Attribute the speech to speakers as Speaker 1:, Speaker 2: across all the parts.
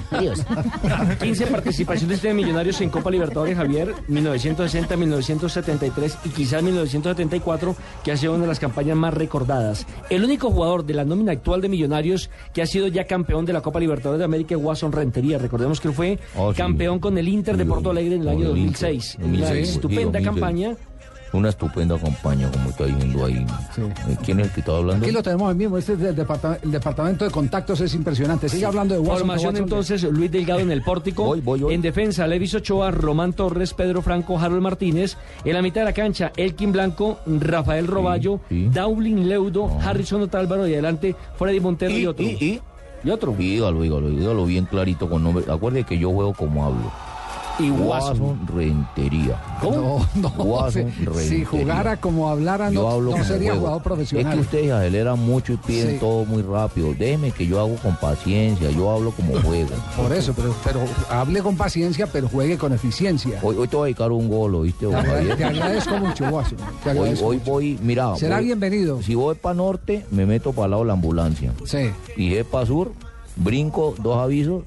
Speaker 1: Adiós.
Speaker 2: 15 participaciones de Millonarios en Copa Libertadores, Javier, 1960, 1973 y quizás 1974, que ha sido una de las campañas más recordadas. El único jugador de la nómina actual de Millonarios que ha sido ya campeón de la Copa Libertadores de América es Watson Rentería. Recordemos que él fue
Speaker 3: Oh, sí.
Speaker 2: campeón con el Inter de
Speaker 3: Muy
Speaker 2: Porto
Speaker 3: bonito.
Speaker 2: Alegre en el
Speaker 3: Con
Speaker 2: año
Speaker 3: el Inter.
Speaker 2: 2006. Una
Speaker 3: 2006,
Speaker 2: estupenda
Speaker 3: digo, 2006.
Speaker 2: campaña.
Speaker 3: Una estupenda campaña, como está viendo ahí. Eh, ¿Quién es el que está hablando?
Speaker 4: Aquí lo tenemos ahí mismo, este es del departa- el departamento de contactos es impresionante. Sigue hablando de Watson.
Speaker 2: Formación
Speaker 4: de Watson.
Speaker 2: entonces, Luis Delgado en el pórtico.
Speaker 3: Voy, voy, voy.
Speaker 2: En defensa, Levis Ochoa, Román Torres, Pedro Franco, Harold Martínez. En la mitad de la cancha, Elkin Blanco, Rafael Roballo,
Speaker 3: sí.
Speaker 2: Daulin Leudo, Harrison Otálvaro y adelante, Freddy Montero y,
Speaker 3: Y-
Speaker 2: otro.
Speaker 3: y- y-
Speaker 2: Y otro.
Speaker 3: Dígalo, dígalo, dígalo bien clarito con nombre. Acuerde que yo juego como hablo.
Speaker 2: Y Guaso.
Speaker 3: Guasón Rentería.
Speaker 4: No, no.
Speaker 3: Watson,
Speaker 4: si- si
Speaker 3: Rentería.
Speaker 4: jugara como hablara,
Speaker 3: Yo
Speaker 4: no,
Speaker 3: hablo
Speaker 4: no
Speaker 3: como
Speaker 4: sería
Speaker 3: juego.
Speaker 4: jugador
Speaker 3: Es
Speaker 4: profesional.
Speaker 3: que ustedes aceleran mucho y piden
Speaker 4: Sí.
Speaker 3: todo muy rápido. Déjeme que yo hago con paciencia, yo hablo como juego.
Speaker 4: Por eso, pero, pero hable con paciencia, pero juegue con eficiencia.
Speaker 3: Hoy, hoy te voy a dedicar un gol, ¿oíste,
Speaker 4: Te
Speaker 3: don
Speaker 4: agra- te
Speaker 3: Javier?
Speaker 4: agradezco mucho, Watson. Te
Speaker 3: Hoy,
Speaker 4: agradezco
Speaker 3: hoy
Speaker 4: mucho.
Speaker 3: voy, mira.
Speaker 4: Será
Speaker 3: voy-
Speaker 4: bienvenido.
Speaker 3: Si voy para norte, me meto para lado de la ambulancia.
Speaker 4: Sí.
Speaker 3: Y es para sur, brinco dos avisos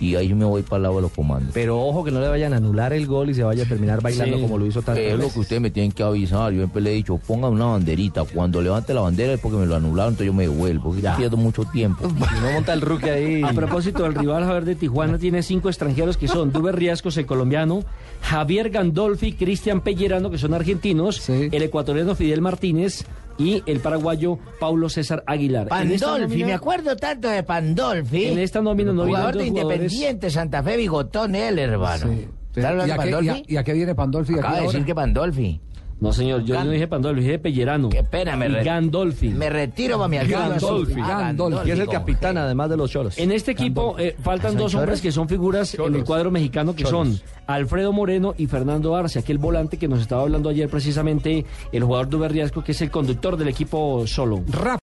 Speaker 3: y ahí me voy para el lado de los comandos.
Speaker 5: Pero ojo que no le vayan a anular el gol y se vaya a terminar bailando
Speaker 2: Sí.
Speaker 5: como lo hizo tanto.
Speaker 3: Es lo que ustedes me tienen que avisar. Yo siempre le he dicho, pongan una banderita. Cuando levante la bandera es porque me lo anularon, entonces yo me devuelvo. que Pierdo mucho tiempo.
Speaker 5: No monta el rookie ahí.
Speaker 2: A propósito, el rival Javier de Tijuana tiene cinco extranjeros que son Duber Riascos, el colombiano, Javier Gandolfi, Cristian Pellerano, que son argentinos,
Speaker 4: Sí.
Speaker 2: el ecuatoriano Fidel Martínez y el paraguayo Paulo César Aguilar. En esta
Speaker 1: Pandolfi,
Speaker 2: nómina-
Speaker 1: me acuerdo tanto de Pandolfi.
Speaker 2: En esta nómina no vienen
Speaker 1: Jugador de
Speaker 2: dos jugadores.
Speaker 1: Independiente, Santa Fe, Bigotón, él,
Speaker 3: Ah,
Speaker 1: hermano.
Speaker 4: sí. ¿Y
Speaker 1: ¿Está hablando
Speaker 4: a, qué, y, a,
Speaker 1: Pandolfi?
Speaker 4: y a qué viene Pandolfi? aquí
Speaker 1: Acaba de
Speaker 4: ahora?
Speaker 1: decir que Pandolfi.
Speaker 2: No, señor, yo no dije Pandolfi, dije Pellerano.
Speaker 1: Qué pena, me,
Speaker 2: Y
Speaker 1: re-
Speaker 2: Gandolfi.
Speaker 1: me retiro para mi alcalde.
Speaker 4: Gandolfi,
Speaker 1: Ah,
Speaker 4: Gandolfi.
Speaker 5: Que es el
Speaker 1: como-
Speaker 5: capitán, además de los cholos.
Speaker 2: En este equipo eh, faltan dos hombres que son figuras en el cuadro mexicano que son Alfredo Moreno y Fernando Arce, aquel volante que nos estaba hablando ayer precisamente el jugador Duberriasco, que es el conductor del equipo solo.
Speaker 4: Rafa